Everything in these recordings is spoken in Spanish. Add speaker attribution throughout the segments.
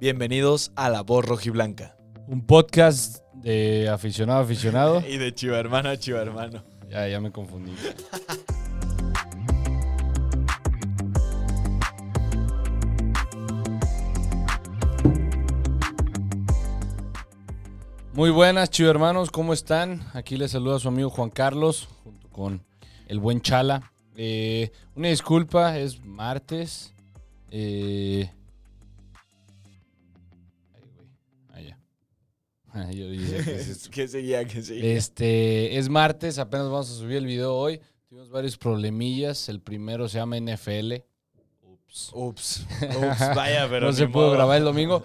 Speaker 1: Bienvenidos a La Voz Rojiblanca.
Speaker 2: Un podcast de aficionado a aficionado.
Speaker 1: Y de Chiva Hermano a Chiva Hermano.
Speaker 2: Ya, ya me confundí. Muy buenas, chido hermanos, ¿cómo están? Aquí les saluda su amigo Juan Carlos, junto con el buen Chala. Eh, una disculpa, es martes. Eh... Ay, güey, allá. Ay, yo dije, ¿qué es esto?
Speaker 1: ¿Qué seguía? ¿Qué seguía?
Speaker 2: Este, es martes, apenas vamos a subir el video hoy. Tuvimos varios problemillas. El primero se llama NFL. Ups.
Speaker 1: Ups, ups, vaya, pero
Speaker 2: no se
Speaker 1: ni
Speaker 2: pudo
Speaker 1: modo.
Speaker 2: grabar el domingo.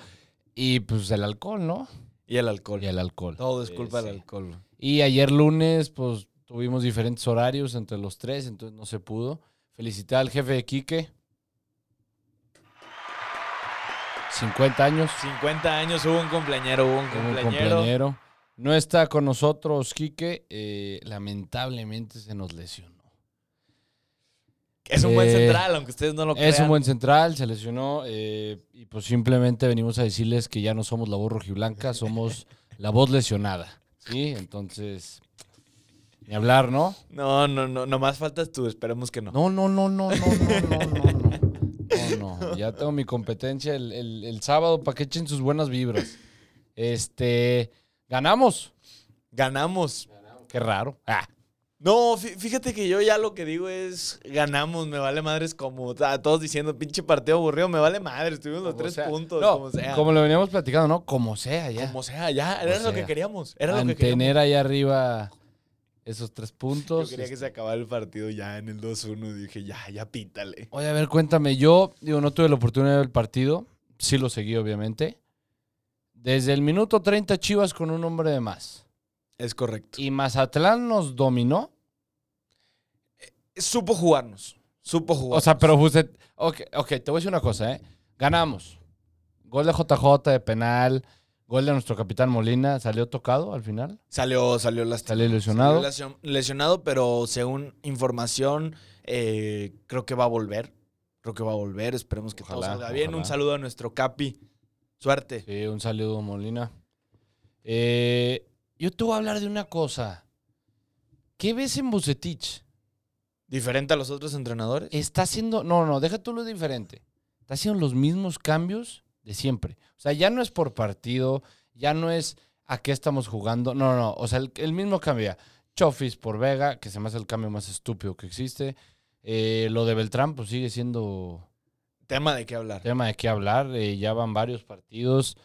Speaker 2: Y pues el alcohol, ¿no?
Speaker 1: Y el alcohol.
Speaker 2: Y el alcohol.
Speaker 1: Todo es culpa
Speaker 2: Sí,
Speaker 1: del
Speaker 2: sí.
Speaker 1: alcohol.
Speaker 2: Y ayer lunes, pues tuvimos diferentes horarios entre los tres, entonces no se pudo. Felicitar al jefe de Quique. 50 años.
Speaker 1: 50 años, hubo un compañero, hubo un
Speaker 2: Tengo un
Speaker 1: compañero.
Speaker 2: compañero. No está con nosotros, Quique. eh, lamentablemente se nos lesionó.
Speaker 1: Es un buen
Speaker 2: Eh,
Speaker 1: central, aunque ustedes no lo crean.
Speaker 2: Es un buen central, se lesionó. eh, y pues simplemente venimos a decirles que ya no somos la voz rojiblanca, somos la voz lesionada. ¿Sí? Entonces. Ni hablar, ¿no?
Speaker 1: No, no, no, nomás faltas tú, esperemos que no.
Speaker 2: No, no, no, no, no, no, no, no, no. No, no, ya tengo mi competencia el, el- el sábado para que echen sus buenas vibras. Este, ganamos.
Speaker 1: Ganamos.
Speaker 2: Qué raro. Ah,
Speaker 1: No, fí- fíjate que yo ya lo que digo es ganamos, me vale madres como a todos diciendo pinche partido aburrido, me vale madres, tuvimos los
Speaker 2: como
Speaker 1: tres
Speaker 2: sea.
Speaker 1: puntos,
Speaker 2: No,
Speaker 1: como sea.
Speaker 2: Como lo veníamos platicando, ¿no? Como sea, ya.
Speaker 1: Como sea, ya,
Speaker 2: Como
Speaker 1: era lo que
Speaker 2: sea.
Speaker 1: queríamos, era lo que queríamos.
Speaker 2: Mantener ahí arriba esos tres
Speaker 1: Yo
Speaker 2: puntos.
Speaker 1: quería que se acabara el partido ya en el 2-1, dije ya, ya pítale.
Speaker 2: Oye, a ver, cuéntame. Yo, digo, no tuve la oportunidad de ver el partido. Sí lo seguí, obviamente. Desde el minuto 30, Chivas con un hombre de más.
Speaker 1: Es correcto.
Speaker 2: Y Mazatlán nos dominó.
Speaker 1: Supo jugarnos, supo jugar.
Speaker 2: O sea, pero usted. Ok, ok, te voy a decir una cosa, ¿eh? Ganamos. Gol de JJ de penal. Gol de nuestro capitán Molina. ¿Salió tocado al final?
Speaker 1: Salió, salió lastimado.
Speaker 2: ¿Salió lesionado?
Speaker 1: Salió lasio- lesionado, pero según información, eh, creo que va a volver. Creo que va a volver. Esperemos que todo
Speaker 2: Ojalá,
Speaker 1: salga bien. Un
Speaker 2: ojalá.
Speaker 1: saludo a nuestro Capi. Suerte.
Speaker 2: Sí, un saludo, Molina. Eh, yo te voy a hablar de una cosa. ¿Qué ves en Bucetich?
Speaker 1: Diferente a los otros entrenadores.
Speaker 2: Está haciendo. No, no, deja tú lo diferente. Está haciendo los mismos cambios de siempre. O sea, ya no es por partido, ya no es a qué estamos jugando. No, no, no. O sea, el, el mismo cambio. ya. Chofis por Vega, que se me hace el cambio más estúpido que existe. Eh, lo de Beltrán, pues sigue siendo
Speaker 1: Tema de qué hablar.
Speaker 2: tema de qué hablar. Eh, ya van varios partidos.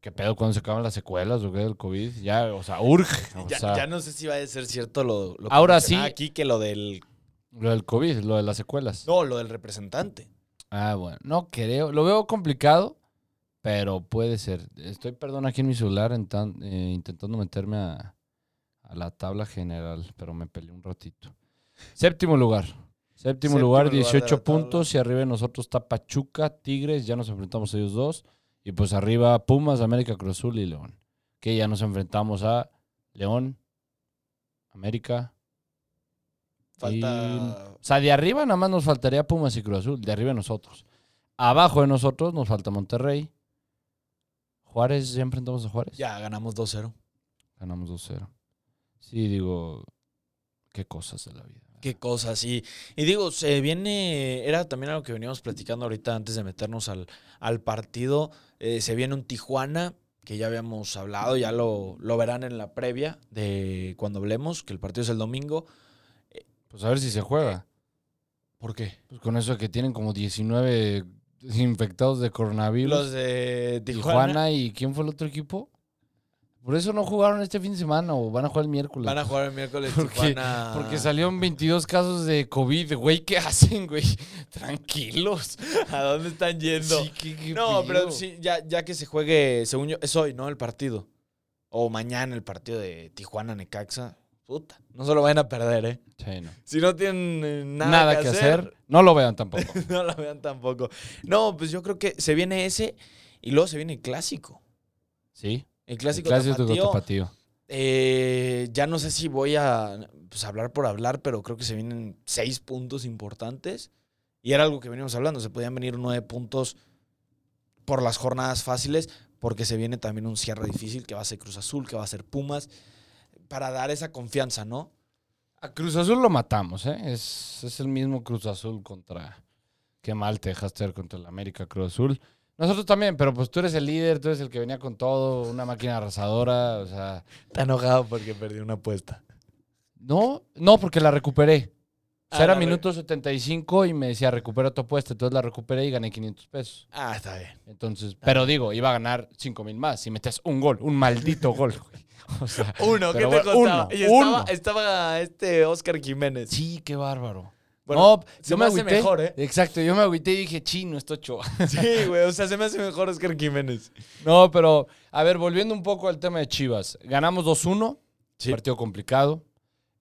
Speaker 2: ¿Qué pedo cuando se acaban las secuelas o qué del COVID? Ya, o sea, urge. o
Speaker 1: Ya,
Speaker 2: sea,
Speaker 1: ya no sé si va a ser cierto lo, lo que
Speaker 2: Ahora
Speaker 1: mencionaba
Speaker 2: sí.
Speaker 1: aquí que lo del.
Speaker 2: Lo del COVID, lo de las secuelas.
Speaker 1: No, lo del representante.
Speaker 2: Ah, bueno, no creo. Lo veo complicado, pero puede ser. Estoy, perdón, aquí en mi celular en tan- eh, intentando meterme a, a la tabla general, pero me peleé un ratito. Séptimo lugar. Séptimo,
Speaker 1: Séptimo
Speaker 2: lugar,
Speaker 1: lugar de la
Speaker 2: 18
Speaker 1: tabla.
Speaker 2: puntos. Y arriba de nosotros está Pachuca, Tigres, ya nos enfrentamos a ellos dos. Y pues arriba Pumas, América, Cruz Azul y León. Que ya nos enfrentamos a León, América.
Speaker 1: Falta.
Speaker 2: O sea, de arriba nada más nos faltaría Pumas y Cruz Azul, de arriba de nosotros. Abajo de nosotros nos falta Monterrey. Juárez, ya enfrentamos a Juárez.
Speaker 1: Ya ganamos 2-0.
Speaker 2: Ganamos 2-0. Sí, digo, qué cosas de la vida.
Speaker 1: Qué cosas, y, y digo, se viene, era también algo que veníamos platicando ahorita antes de meternos al, al partido, eh, se viene un Tijuana, que ya habíamos hablado, ya lo, lo verán en la previa de cuando hablemos, que el partido es el domingo.
Speaker 2: Pues a ver si se juega.
Speaker 1: ¿Por qué?
Speaker 2: Pues con eso de que tienen como 19 infectados de coronavirus.
Speaker 1: Los de Tijuana,
Speaker 2: Tijuana. y ¿quién fue el otro equipo? Por eso no jugaron este fin de semana o van a jugar el miércoles.
Speaker 1: van a jugar el miércoles
Speaker 2: Porque-
Speaker 1: Tijuana.
Speaker 2: Porque salieron 22 casos de COVID, güey. ¿Qué hacen, güey? Tranquilos.
Speaker 1: ¿A dónde están yendo?
Speaker 2: Sí, qué- qué
Speaker 1: no, pero
Speaker 2: pedo.
Speaker 1: sí, ya, ya que se juegue, según yo, es hoy, ¿no? El partido. O mañana el partido de Tijuana-Necaxa. Puta, no se lo vayan a perder, ¿eh?
Speaker 2: Sí, no.
Speaker 1: Si no tienen eh, nada,
Speaker 2: Nada, que hacer. No lo vean tampoco.
Speaker 1: no la vean tampoco. No, pues yo creo que se viene ese y luego se viene el clásico.
Speaker 2: sí.
Speaker 1: El
Speaker 2: Clásico,
Speaker 1: clásico,
Speaker 2: clásico
Speaker 1: tapatío,
Speaker 2: tapatío.
Speaker 1: eh, ya no sé si voy a pues, hablar por hablar, pero creo que se vienen seis puntos importantes. Y era algo que veníamos hablando, se podían venir nueve puntos por las jornadas fáciles, porque se viene también un cierre difícil que va a ser Cruz Azul, que va a ser Pumas, para dar esa confianza, ¿no?
Speaker 2: A Cruz Azul lo matamos, ¿eh? Es, es el mismo Cruz Azul contra. Qué mal te dejaste ver contra el América Cruz Azul. Nosotros también, pero pues tú eres el líder, tú eres el que venía con todo, una máquina arrasadora, o sea.
Speaker 1: Está enojado porque perdí una apuesta.
Speaker 2: No, no, porque la recuperé. O sea,
Speaker 1: Ah,
Speaker 2: era
Speaker 1: la re-
Speaker 2: minuto 75 y me decía, recupera tu apuesta. Entonces la recuperé y gané 500 pesos.
Speaker 1: Ah, está bien.
Speaker 2: Entonces, pero digo, iba a ganar 5 mil más si metes un gol, un maldito gol, güey. O sea,
Speaker 1: Uno,
Speaker 2: Pero
Speaker 1: ¿qué te
Speaker 2: bueno,
Speaker 1: costaba?
Speaker 2: uno,
Speaker 1: Y estaba,
Speaker 2: uno.
Speaker 1: estaba este Oscar Jiménez.
Speaker 2: sí, qué bárbaro.
Speaker 1: Bueno,
Speaker 2: no,
Speaker 1: se
Speaker 2: yo
Speaker 1: me
Speaker 2: me,
Speaker 1: hace
Speaker 2: agüité.
Speaker 1: mejor, ¿eh?
Speaker 2: Exacto, yo me agüité y dije, chino, esto Ochoa.
Speaker 1: Sí, güey, o sea, se me hace mejor Oscar Jiménez.
Speaker 2: No, pero, a ver, volviendo un poco al tema de Chivas. Ganamos 2-1,
Speaker 1: Sí.
Speaker 2: partido complicado.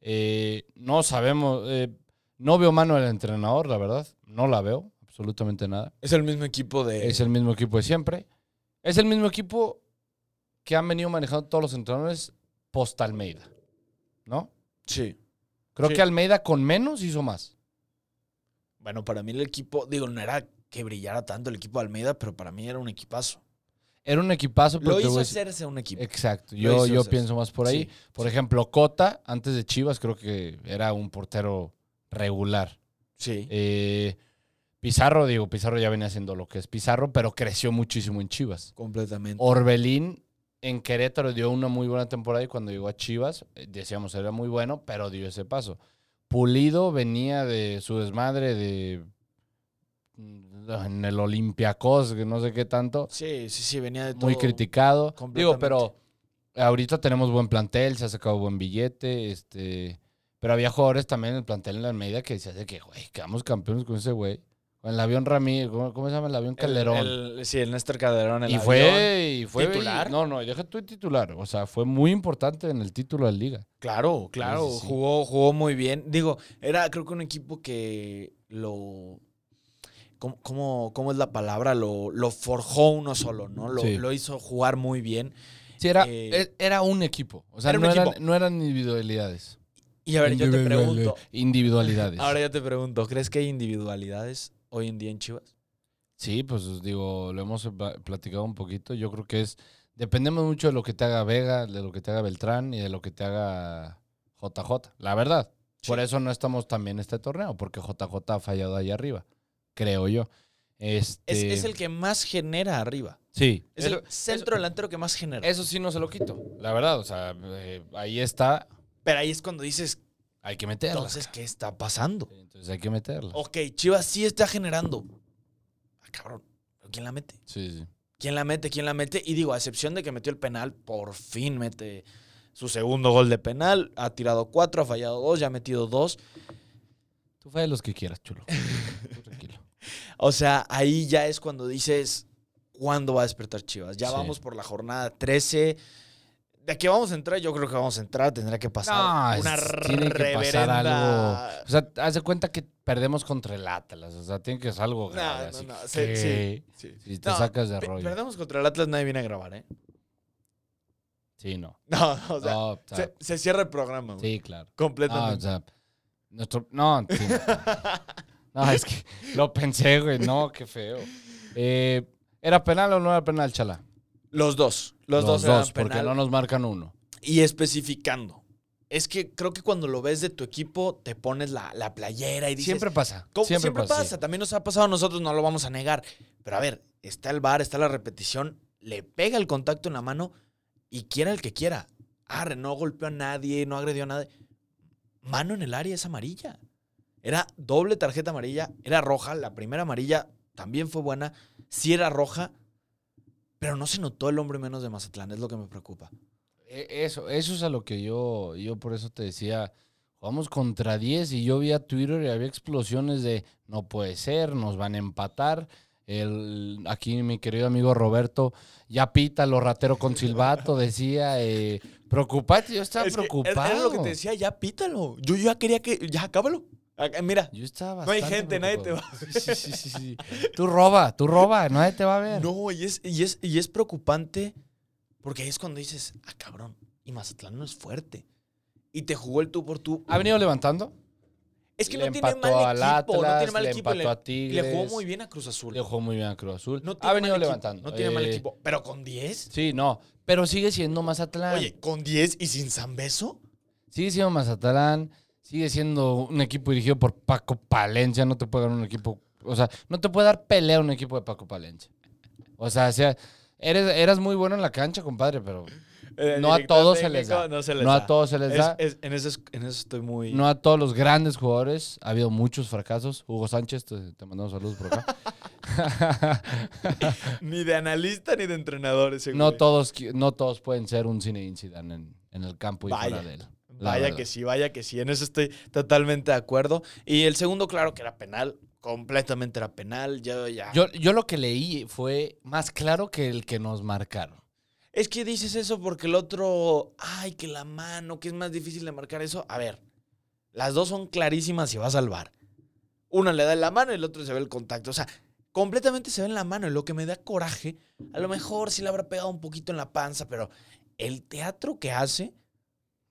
Speaker 2: Eh, no sabemos, eh, no veo mano al entrenador, la verdad. No la veo, absolutamente nada.
Speaker 1: Es el mismo equipo de...
Speaker 2: Es el mismo equipo de siempre. Es el mismo equipo que han venido manejando todos los entrenadores post Almeida, ¿no?
Speaker 1: Sí.
Speaker 2: Creo
Speaker 1: Sí.
Speaker 2: que Almeida con menos hizo más.
Speaker 1: Bueno, para mí el equipo, digo, no era que brillara tanto el equipo de Almeida, pero para mí era un equipazo.
Speaker 2: Era un equipazo. pero
Speaker 1: Lo
Speaker 2: te
Speaker 1: hizo
Speaker 2: voy a decir-
Speaker 1: hacerse un equipo.
Speaker 2: Exacto.
Speaker 1: Lo
Speaker 2: Yo,
Speaker 1: hizo
Speaker 2: yo
Speaker 1: hacerse.
Speaker 2: pienso más por ahí.
Speaker 1: Sí,
Speaker 2: Por ejemplo, Cota, antes de Chivas, creo que era un portero regular.
Speaker 1: Sí.
Speaker 2: Eh, Pizarro, digo, Pizarro ya venía haciendo lo que es Pizarro, pero creció muchísimo en Chivas.
Speaker 1: completamente.
Speaker 2: Orbelín en Querétaro dio una muy buena temporada y cuando llegó a Chivas, eh, decíamos era muy bueno, pero dio ese paso. Pulido venía de su desmadre de mm, en el Olympiacos, que no sé qué tanto,
Speaker 1: Sí, sí, sí, venía de todo.
Speaker 2: muy criticado. Digo,
Speaker 1: completamente.
Speaker 2: pero ahorita tenemos buen plantel, se ha sacado buen billete, este, pero había jugadores también en el plantel en la Almeida que decían de que, güey, quedamos campeones con ese güey. Con el avión Ramírez, ¿cómo, cómo se llama el avión Calderón?
Speaker 1: El- el- sí, el Néstor Calderón. El
Speaker 2: y
Speaker 1: avión.
Speaker 2: fue, y fue
Speaker 1: ¿Titular?
Speaker 2: no, no, y deja tú de titular. O sea, fue muy importante en el título de la liga.
Speaker 1: Claro, claro.
Speaker 2: Sí, sí, sí.
Speaker 1: Jugó, jugó muy bien. Digo, era creo que un equipo que lo. ¿Cómo, cómo, cómo es la palabra? Lo, lo forjó uno solo, ¿no? Lo,
Speaker 2: Sí.
Speaker 1: lo hizo jugar muy bien.
Speaker 2: Sí, era,
Speaker 1: Eh,
Speaker 2: e- era un equipo. O sea,
Speaker 1: era un
Speaker 2: no, eran,
Speaker 1: equipo.
Speaker 2: no eran individualidades.
Speaker 1: Y a ver, yo te
Speaker 2: Individual-
Speaker 1: pregunto.
Speaker 2: Individualidades.
Speaker 1: Ahora yo te pregunto, ¿crees que hay individualidades hoy en día en Chivas?
Speaker 2: Sí, pues os digo, lo hemos pla- platicado un poquito. Yo creo que es. Dependemos mucho de lo que te haga Vega, de lo que te haga Beltrán y de lo que te haga JJ. La verdad.
Speaker 1: Sí.
Speaker 2: Por eso no estamos tan bien en este torneo, porque JJ ha fallado ahí arriba, creo yo. Este,
Speaker 1: Es, es el que más genera arriba.
Speaker 2: Sí.
Speaker 1: Es
Speaker 2: Pero-
Speaker 1: el centro delantero que más genera.
Speaker 2: Eso sí no se lo quito, la verdad. O sea, eh, ahí está,
Speaker 1: Pero ahí es cuando dices,
Speaker 2: hay que meterla.
Speaker 1: entonces, ¿qué está pasando?
Speaker 2: Entonces hay que meterla.
Speaker 1: Ok, Chivas sí está generando. Ah, cabrón. ¿pero ¿Quién la mete?
Speaker 2: Sí, sí.
Speaker 1: ¿Quién la mete? ¿Quién la mete? Y digo, a excepción de que metió el penal, por fin mete su segundo gol de penal. Ha tirado cuatro, ha fallado dos, ya ha metido dos.
Speaker 2: Tú falla los que quieras, chulo. Tú tranquilo.
Speaker 1: O sea, ahí ya es cuando dices, ¿cuándo va a despertar Chivas? Ya
Speaker 2: Sí.
Speaker 1: vamos por la jornada 13. De que vamos a entrar, yo creo que vamos a entrar. Tendrá que pasar
Speaker 2: No,
Speaker 1: una
Speaker 2: es- tiene que pasar
Speaker 1: reverenda-
Speaker 2: algo. O sea, haz de cuenta que perdemos contra el Atlas. O sea, tiene que ser algo
Speaker 1: No,
Speaker 2: grave.
Speaker 1: no,
Speaker 2: así
Speaker 1: no,
Speaker 2: que-
Speaker 1: sí, sí.
Speaker 2: Si te
Speaker 1: No,
Speaker 2: sacas de
Speaker 1: Pe-
Speaker 2: rollo.
Speaker 1: Perdemos contra el Atlas, nadie viene a grabar, ¿eh?
Speaker 2: Sí, no.
Speaker 1: No, o sea,
Speaker 2: No, o sea,
Speaker 1: se, se cierra el programa, güey.
Speaker 2: sí, claro. No, o
Speaker 1: Completamente.
Speaker 2: sea, nuestro. No, sí, no. No, es que lo pensé, güey. No, qué feo. Eh, ¿Era penal o no era penal, chala?
Speaker 1: los dos. Los, dos, eran
Speaker 2: porque
Speaker 1: penal.
Speaker 2: no nos marcan uno.
Speaker 1: Y especificando. Es que creo que cuando lo ves de tu equipo, te pones la, la playera y dices...
Speaker 2: siempre pasa.
Speaker 1: ¿Cómo?
Speaker 2: Siempre, pasa. sí.
Speaker 1: También nos ha pasado a nosotros, no lo vamos a negar. Pero a ver, está el bar, está la repetición, le pega el contacto en la mano y quiera el que quiera. Arre, no golpeó a nadie, no agredió a nadie. Mano en el área es amarilla. Era doble tarjeta amarilla, era roja. La primera amarilla también fue buena. Sí era roja, pero no se notó el hombre menos de Mazatlán, es lo que me preocupa.
Speaker 2: E- Eso, eso es a lo que yo, yo por eso te decía, jugamos contra 10 y yo vi a Twitter y había explosiones de no puede ser, nos van a empatar. El, aquí mi querido amigo Roberto, ya pita lo ratero con silbato, decía, eh, preocupate, yo estaba
Speaker 1: Es que
Speaker 2: preocupado.
Speaker 1: Era lo que te decía, ya pítalo. Yo ya quería que, ya acábalo. Acá- Mira,
Speaker 2: Yo estaba
Speaker 1: No hay
Speaker 2: bastante
Speaker 1: gente, nadie te va
Speaker 2: preocupado. Sí, sí, sí, sí, sí. Tú roba, tú roba, nadie te va a ver.
Speaker 1: No, y es, y, es, y es preocupante porque ahí es cuando dices, ah, cabrón, y Mazatlán no es fuerte. Y te jugó el tú por tú.
Speaker 2: ¿Ha venido levantando?
Speaker 1: Es que
Speaker 2: Le
Speaker 1: no tiene mal
Speaker 2: empató
Speaker 1: equipo,
Speaker 2: al
Speaker 1: no tiene
Speaker 2: Atlas,
Speaker 1: mal
Speaker 2: le
Speaker 1: equipo.
Speaker 2: empató a Tigres.
Speaker 1: le jugó muy bien a Cruz Azul.
Speaker 2: Le jugó muy bien a Cruz Azul.
Speaker 1: No tiene
Speaker 2: ha venido
Speaker 1: mal equipo,
Speaker 2: levantando.
Speaker 1: No tiene mal
Speaker 2: Eh,
Speaker 1: equipo. Pero con 10.
Speaker 2: Sí, no. Pero sigue siendo Mazatlán.
Speaker 1: Oye, con 10 y sin Zambeso.
Speaker 2: Sigue siendo Mazatlán. Sigue siendo un equipo dirigido por Paco Palencia. No te puede dar un equipo. O sea, no te puede dar pelea un equipo de Paco Palencia. O sea, sea eres, eras muy bueno en la cancha, compadre, pero No a todos se les da.
Speaker 1: Eh, No, se les
Speaker 2: no
Speaker 1: da.
Speaker 2: a todos se les
Speaker 1: Es-
Speaker 2: da.
Speaker 1: es- en, eso, es- en eso estoy muy.
Speaker 2: No a todos los grandes jugadores. Ha habido muchos fracasos. Hugo Sánchez, te, te mandamos saludos por acá.
Speaker 1: Ni de analista ni de entrenador ese Este,
Speaker 2: no,
Speaker 1: güey.
Speaker 2: todos, qui- no todos pueden ser un Zinedine Zidane en, en el campo y
Speaker 1: Vaya.
Speaker 2: fuera de él. la
Speaker 1: Vaya
Speaker 2: verdad.
Speaker 1: que sí, vaya que sí. En eso estoy totalmente de acuerdo. Y el segundo, claro que era penal. Completamente era penal. Yo ya.
Speaker 2: Yo, yo lo que leí fue más claro que el que nos marcaron.
Speaker 1: Es que dices eso porque el otro, ay, que la mano, que es más difícil de marcar eso. A ver, las dos son clarísimas y va a salvar. Una le da en la mano y el otro se ve el contacto. O sea, completamente se ve en la mano. Y lo que me da coraje, a lo mejor sí le habrá pegado un poquito en la panza, pero el teatro que hace,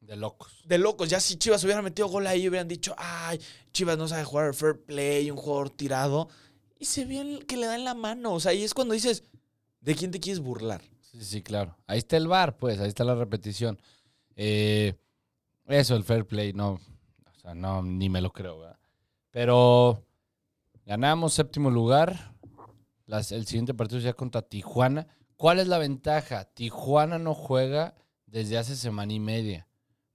Speaker 2: De locos.
Speaker 1: de locos. Ya si Chivas hubiera metido gol ahí, hubieran dicho, ay, Chivas no sabe jugar al fair play, un jugador tirado. Y se ve el que le da en la mano. O sea, y es cuando dices, ¿de quién te quieres burlar?
Speaker 2: Sí, sí, claro. Ahí está el bar, pues, ahí está la repetición. Eh, eso, el fair play, no. O sea, no, ni me lo creo, ¿verdad? Pero ganamos séptimo lugar. Las- el siguiente partido ya contra Tijuana. ¿Cuál es la ventaja? Tijuana no juega desde hace semana y media.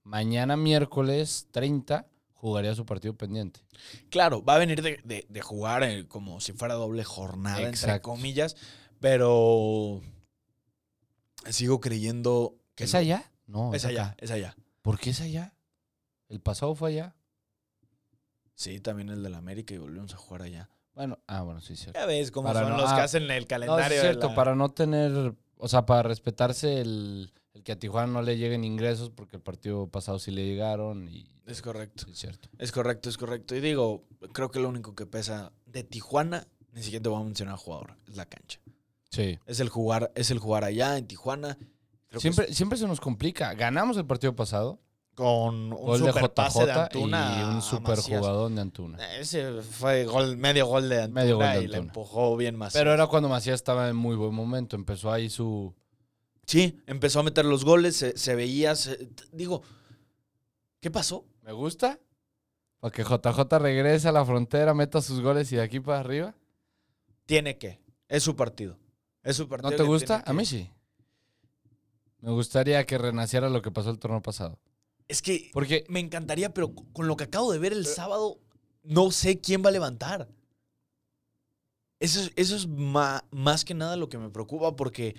Speaker 2: Mañana miércoles 30 jugaría su partido pendiente.
Speaker 1: Claro, va a venir de, de- de jugar eh, como si fuera doble jornada, entre
Speaker 2: Exacto.
Speaker 1: comillas, pero sigo creyendo que...
Speaker 2: ¿Es
Speaker 1: no.
Speaker 2: allá? No,
Speaker 1: Es allá,
Speaker 2: acá.
Speaker 1: es allá.
Speaker 2: ¿Por qué es allá? El pasado fue allá.
Speaker 1: Sí, también el del América y volvimos a jugar allá.
Speaker 2: Bueno, ah, bueno, sí, cierto.
Speaker 1: Ya ves cómo
Speaker 2: Para
Speaker 1: son
Speaker 2: no-
Speaker 1: los que
Speaker 2: ah,
Speaker 1: hacen el
Speaker 2: No,
Speaker 1: calendario.
Speaker 2: es
Speaker 1: de
Speaker 2: cierto,
Speaker 1: la-
Speaker 2: para no tener, o sea, para respetarse el, el que a Tijuana no le lleguen ingresos porque el partido pasado sí le llegaron y...
Speaker 1: Es correcto.
Speaker 2: Sí, es cierto.
Speaker 1: Es correcto, es correcto. Y digo, creo que lo único que pesa de Tijuana, ni siquiera te voy a mencionar jugador, es la cancha.
Speaker 2: Sí.
Speaker 1: Es el jugar, es el jugar allá en Tijuana. Creo que
Speaker 2: Siempre, siempre se nos complica. Ganamos el partido pasado.
Speaker 1: es con un
Speaker 2: gol de
Speaker 1: super pase de
Speaker 2: JJ
Speaker 1: Antuna.
Speaker 2: y
Speaker 1: a
Speaker 2: un super
Speaker 1: Macías. Eh,
Speaker 2: jugadón de Antuna.
Speaker 1: Ese fue gol, medio gol de Antuna
Speaker 2: Medio gol de
Speaker 1: y le
Speaker 2: Antuna.
Speaker 1: empujó bien más.
Speaker 2: Pero era cuando Macías estaba en muy buen momento. Empezó ahí su...
Speaker 1: sí, empezó a meter los goles, se, se veía, se- t- digo, ¿qué pasó?
Speaker 2: ¿Me gusta? Para que JJ regrese a la frontera, meta sus goles y de aquí para arriba.
Speaker 1: Tiene que, es su partido. Es su partido.
Speaker 2: ¿No te
Speaker 1: que
Speaker 2: gusta?
Speaker 1: tiene que-
Speaker 2: A mí sí. Me gustaría que renaciera lo que pasó el torneo pasado.
Speaker 1: Es que
Speaker 2: Porque
Speaker 1: me encantaría, pero co- con lo que acabo de ver el sábado, no sé quién va a levantar. Eso, es- eso es ma- más que nada lo que me preocupa porque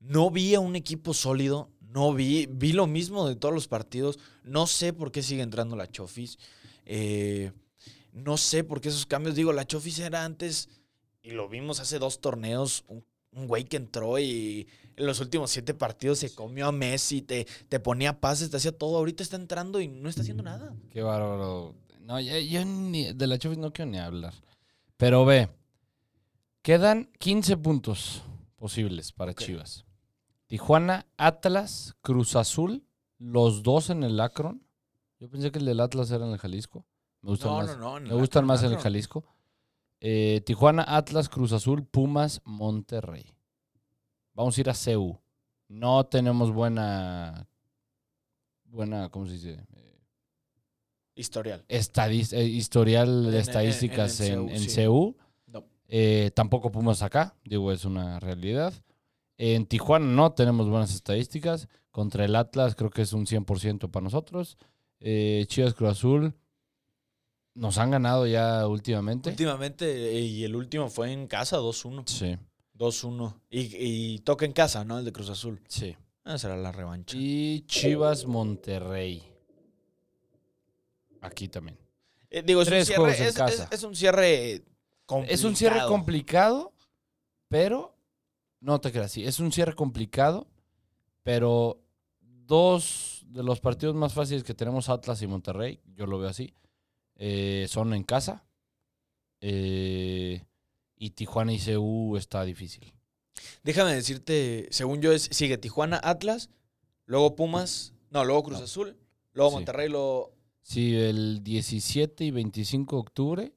Speaker 1: no vi a un equipo sólido, no vi, vi lo mismo de todos los partidos, no sé por qué sigue entrando la Chofis, eh, no sé por qué esos cambios, digo, la Chofis era antes, y lo vimos hace dos torneos, un, un güey que entró y en los últimos siete partidos se comió a Messi, te, te ponía pases, te hacía todo, ahorita está entrando y no está haciendo
Speaker 2: Mm,
Speaker 1: nada.
Speaker 2: Qué bárbaro. No, yo, yo ni, de la Chofis no quiero ni hablar. Pero ve, quedan 15 puntos posibles para
Speaker 1: Ok.
Speaker 2: Chivas. Tijuana, Atlas, Cruz Azul, los dos en el Akron. Yo pensé que el del Atlas era en el Jalisco. Me gustan más,
Speaker 1: no,
Speaker 2: me gustan más en el
Speaker 1: Jalisco.
Speaker 2: Jalisco. Eh, Tijuana, Atlas, Cruz Azul, Pumas, Monterrey. Vamos a ir a CEU. No tenemos buena, buena, ¿cómo se dice? Eh,
Speaker 1: Historial.
Speaker 2: estadis- eh, historial
Speaker 1: En-
Speaker 2: de
Speaker 1: en-
Speaker 2: estadísticas
Speaker 1: en el
Speaker 2: en,
Speaker 1: CU,
Speaker 2: en
Speaker 1: sí.
Speaker 2: CU.
Speaker 1: No.
Speaker 2: Eh, tampoco Pumas acá, digo, es una realidad. En Tijuana no tenemos buenas estadísticas. Contra el Atlas creo que es un 100% para nosotros. Eh, Chivas Cruz Azul nos han ganado ya últimamente.
Speaker 1: Últimamente, eh, y el último fue en casa, 2-1.
Speaker 2: sí,
Speaker 1: 2-1. Y, y toca en casa, ¿no? El de Cruz Azul.
Speaker 2: sí.
Speaker 1: Ah, será la revancha.
Speaker 2: Y Chivas Monterrey. Aquí también.
Speaker 1: Eh, digo, es un,
Speaker 2: tres
Speaker 1: cierre,
Speaker 2: juegos
Speaker 1: es,
Speaker 2: en
Speaker 1: es-
Speaker 2: casa.
Speaker 1: es un cierre complicado.
Speaker 2: Es un cierre complicado, pero no te creas, sí, es un cierre complicado, pero dos de los partidos más fáciles que tenemos, Atlas y Monterrey, yo lo veo así, eh, son en casa. eh, y Tijuana y CU está difícil.
Speaker 1: Déjame decirte, según yo, es, sigue Tijuana, Atlas, luego Pumas, no, luego Cruz
Speaker 2: No.
Speaker 1: Azul, luego
Speaker 2: Sí.
Speaker 1: Monterrey, luego...
Speaker 2: Sí, el 17 y 25 de octubre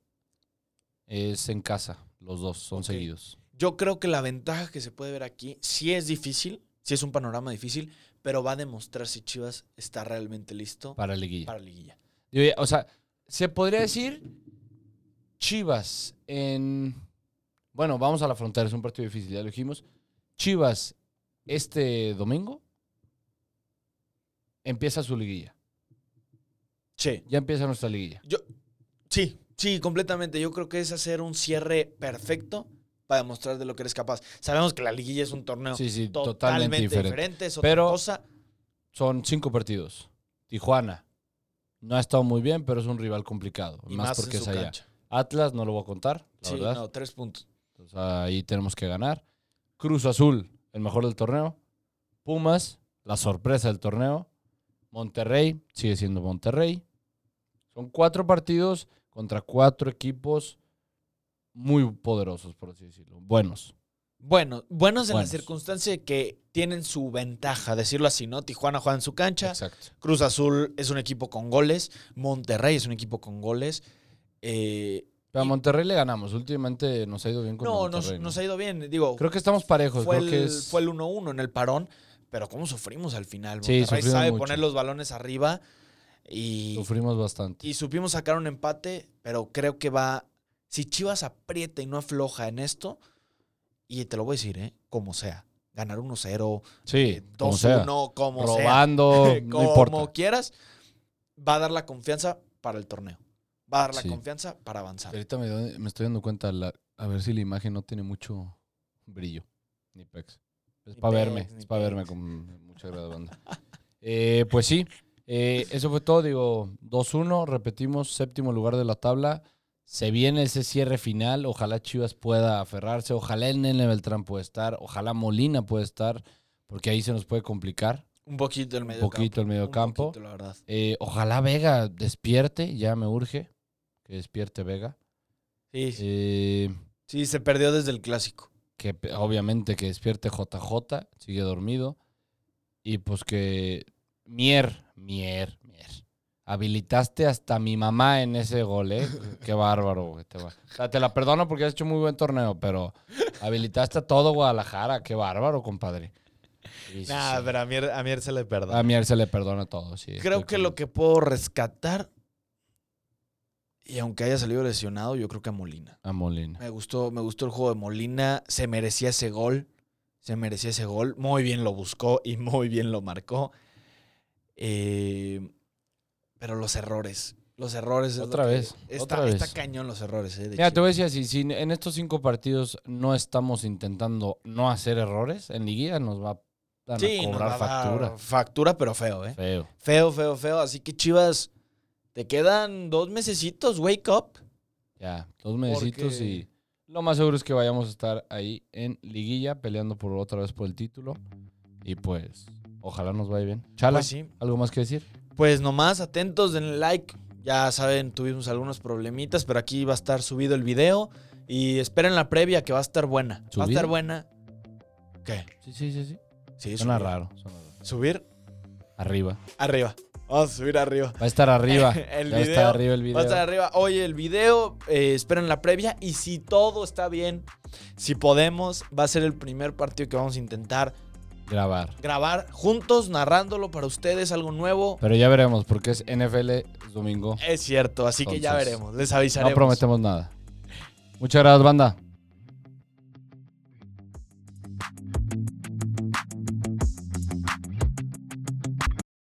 Speaker 2: es en casa, los dos, son
Speaker 1: Ok.
Speaker 2: seguidos.
Speaker 1: Yo creo que la ventaja que se puede ver aquí, sí es difícil, sí es un panorama difícil, pero va a demostrar si Chivas está realmente listo para,
Speaker 2: Para Liguilla.
Speaker 1: liguilla.
Speaker 2: Digo, O sea, se podría decir Chivas en... Bueno, vamos a la frontera, es un partido difícil, ya lo dijimos. Chivas este domingo empieza su liguilla.
Speaker 1: Sí.
Speaker 2: Ya empieza nuestra liguilla.
Speaker 1: Yo, sí, sí, completamente. Yo creo que es hacer un cierre perfecto para demostrar de lo que eres capaz. Sabemos que la liguilla es un torneo
Speaker 2: sí, sí,
Speaker 1: totalmente, diferente.
Speaker 2: diferente.
Speaker 1: es otra
Speaker 2: Pero-
Speaker 1: cosa.
Speaker 2: Son cinco partidos. Tijuana. No ha estado muy bien, pero es un rival complicado.
Speaker 1: Y
Speaker 2: más,
Speaker 1: más,
Speaker 2: porque
Speaker 1: en
Speaker 2: es
Speaker 1: su
Speaker 2: allá.
Speaker 1: cancha.
Speaker 2: Atlas no lo voy a contar, la
Speaker 1: Sí,
Speaker 2: verdad.
Speaker 1: no, tres puntos.
Speaker 2: Entonces, ahí tenemos que ganar. Cruz Azul, el mejor del torneo. Pumas, la sorpresa del torneo. Monterrey, sigue siendo Monterrey. Son cuatro partidos contra cuatro equipos muy poderosos, por así decirlo. Buenos.
Speaker 1: Bueno, buenos en
Speaker 2: Buenos.
Speaker 1: la circunstancia de que tienen su ventaja, decirlo así, ¿no? Tijuana juega en su cancha,
Speaker 2: Exacto.
Speaker 1: Cruz Azul es un equipo con goles, Monterrey es un equipo con goles. Eh,
Speaker 2: Pero a
Speaker 1: Y-
Speaker 2: Monterrey le ganamos. Últimamente nos ha ido bien con
Speaker 1: no, nos,
Speaker 2: Monterrey. ¿no?
Speaker 1: nos ha ido bien, digo,
Speaker 2: Creo que estamos parejos.
Speaker 1: fue,
Speaker 2: creo
Speaker 1: el,
Speaker 2: que es-
Speaker 1: fue el 1-1 en el parón, pero cómo sufrimos al final.
Speaker 2: Sí,
Speaker 1: Monterrey
Speaker 2: sufrimos
Speaker 1: sabe
Speaker 2: mucho.
Speaker 1: poner los balones arriba y,
Speaker 2: Sufrimos bastante.
Speaker 1: y supimos sacar un empate, pero creo que va, si Chivas aprieta y no afloja en esto, y te lo voy a decir, ¿eh? como sea, ganar 1-0.
Speaker 2: Sí,
Speaker 1: eh,
Speaker 2: como sea.
Speaker 1: 2-1, como sea,
Speaker 2: Robando, no
Speaker 1: como
Speaker 2: importa.
Speaker 1: quieras, va a dar la confianza para el torneo. Va a dar la
Speaker 2: Sí.
Speaker 1: confianza para avanzar.
Speaker 2: Ah. Ahorita me, doy- me estoy dando cuenta, la- a ver si la imagen no tiene mucho brillo. Ni pex. Es
Speaker 1: Ni
Speaker 2: para
Speaker 1: pex,
Speaker 2: verme,
Speaker 1: ni
Speaker 2: es para verme
Speaker 1: pex.
Speaker 2: con mucha grado banda. Eh, pues sí, eh, eso fue todo, digo, 2-1, repetimos, séptimo lugar de la tabla. Se viene ese cierre final, ojalá Chivas pueda aferrarse, ojalá el Nene Beltrán pueda estar, ojalá Molina pueda estar, porque ahí se nos puede complicar
Speaker 1: Un poquito el
Speaker 2: un
Speaker 1: medio
Speaker 2: poquito el
Speaker 1: campo.
Speaker 2: medio
Speaker 1: Un
Speaker 2: campo.
Speaker 1: poquito, la verdad.
Speaker 2: Eh, ojalá Vega despierte, ya me urge que despierte Vega.
Speaker 1: Sí, sí.
Speaker 2: Eh,
Speaker 1: sí, se perdió desde el clásico.
Speaker 2: que pe- obviamente que despierte JJ, sigue dormido. Y pues que Mier, Mier, Mier. Habilitaste hasta mi mamá en ese gol, ¿eh? Qué bárbaro, güey. Te, va- o sea, te la perdono porque has hecho muy buen torneo, pero habilitaste a todo Guadalajara. Qué bárbaro, compadre. Sí, sí,
Speaker 1: Nah,
Speaker 2: sí.
Speaker 1: pero a Mier, a Mier se le perdona.
Speaker 2: A Mier se le perdona todo, sí.
Speaker 1: creo que lo que puedo rescatar, y aunque haya salido lesionado, yo creo que a Molina.
Speaker 2: A Molina.
Speaker 1: Me gustó, me gustó el juego de Molina. Se merecía ese gol. Se merecía ese gol. Muy bien lo buscó y muy bien lo marcó. Eh, pero los errores. Los errores. es lo
Speaker 2: Otra
Speaker 1: que-
Speaker 2: vez,
Speaker 1: Está,
Speaker 2: otra vez.
Speaker 1: está cañón los errores. eh, de
Speaker 2: Mira, te
Speaker 1: Chivas.
Speaker 2: voy a decir así, si en estos cinco partidos no estamos intentando no hacer errores, en liguilla nos va a
Speaker 1: Sí, nos
Speaker 2: cobrar
Speaker 1: va a dar
Speaker 2: factura.
Speaker 1: Factura, pero feo, ¿eh?
Speaker 2: Feo.
Speaker 1: Feo, feo, feo. Así que Chivas, te quedan dos mesecitos, wake up.
Speaker 2: Ya, dos mesecitos
Speaker 1: Porque-
Speaker 2: y lo más seguro es que vayamos a estar ahí en liguilla peleando por otra vez por el título y pues ojalá nos vaya bien. Chala,
Speaker 1: Pues sí.
Speaker 2: ¿algo más que decir?
Speaker 1: Pues nomás, atentos, denle like. Ya saben, tuvimos algunos problemitas, pero aquí va a estar subido el video. Y esperen la previa que va a estar buena. Va a
Speaker 2: ¿Subido?
Speaker 1: estar buena. ¿Qué?
Speaker 2: Sí, sí, sí, sí.
Speaker 1: Sí,
Speaker 2: Suena
Speaker 1: subir.
Speaker 2: raro, suena raro.
Speaker 1: Subir
Speaker 2: Arriba.
Speaker 1: arriba. Vamos a subir arriba.
Speaker 2: Va a estar arriba.
Speaker 1: El
Speaker 2: Ya va a
Speaker 1: video.
Speaker 2: estar arriba el video.
Speaker 1: Va a estar arriba. Oye, el video, eh, esperen la previa. Y si todo está bien, si podemos, va a ser el primer partido que vamos a intentar
Speaker 2: Grabar.
Speaker 1: grabar juntos, narrándolo para ustedes, algo nuevo.
Speaker 2: Pero ya veremos porque es NFL es domingo.
Speaker 1: Eh, Es cierto, así que ya
Speaker 2: Entonces,
Speaker 1: veremos. Les avisaremos.
Speaker 2: No prometemos nada. Muchas gracias, banda.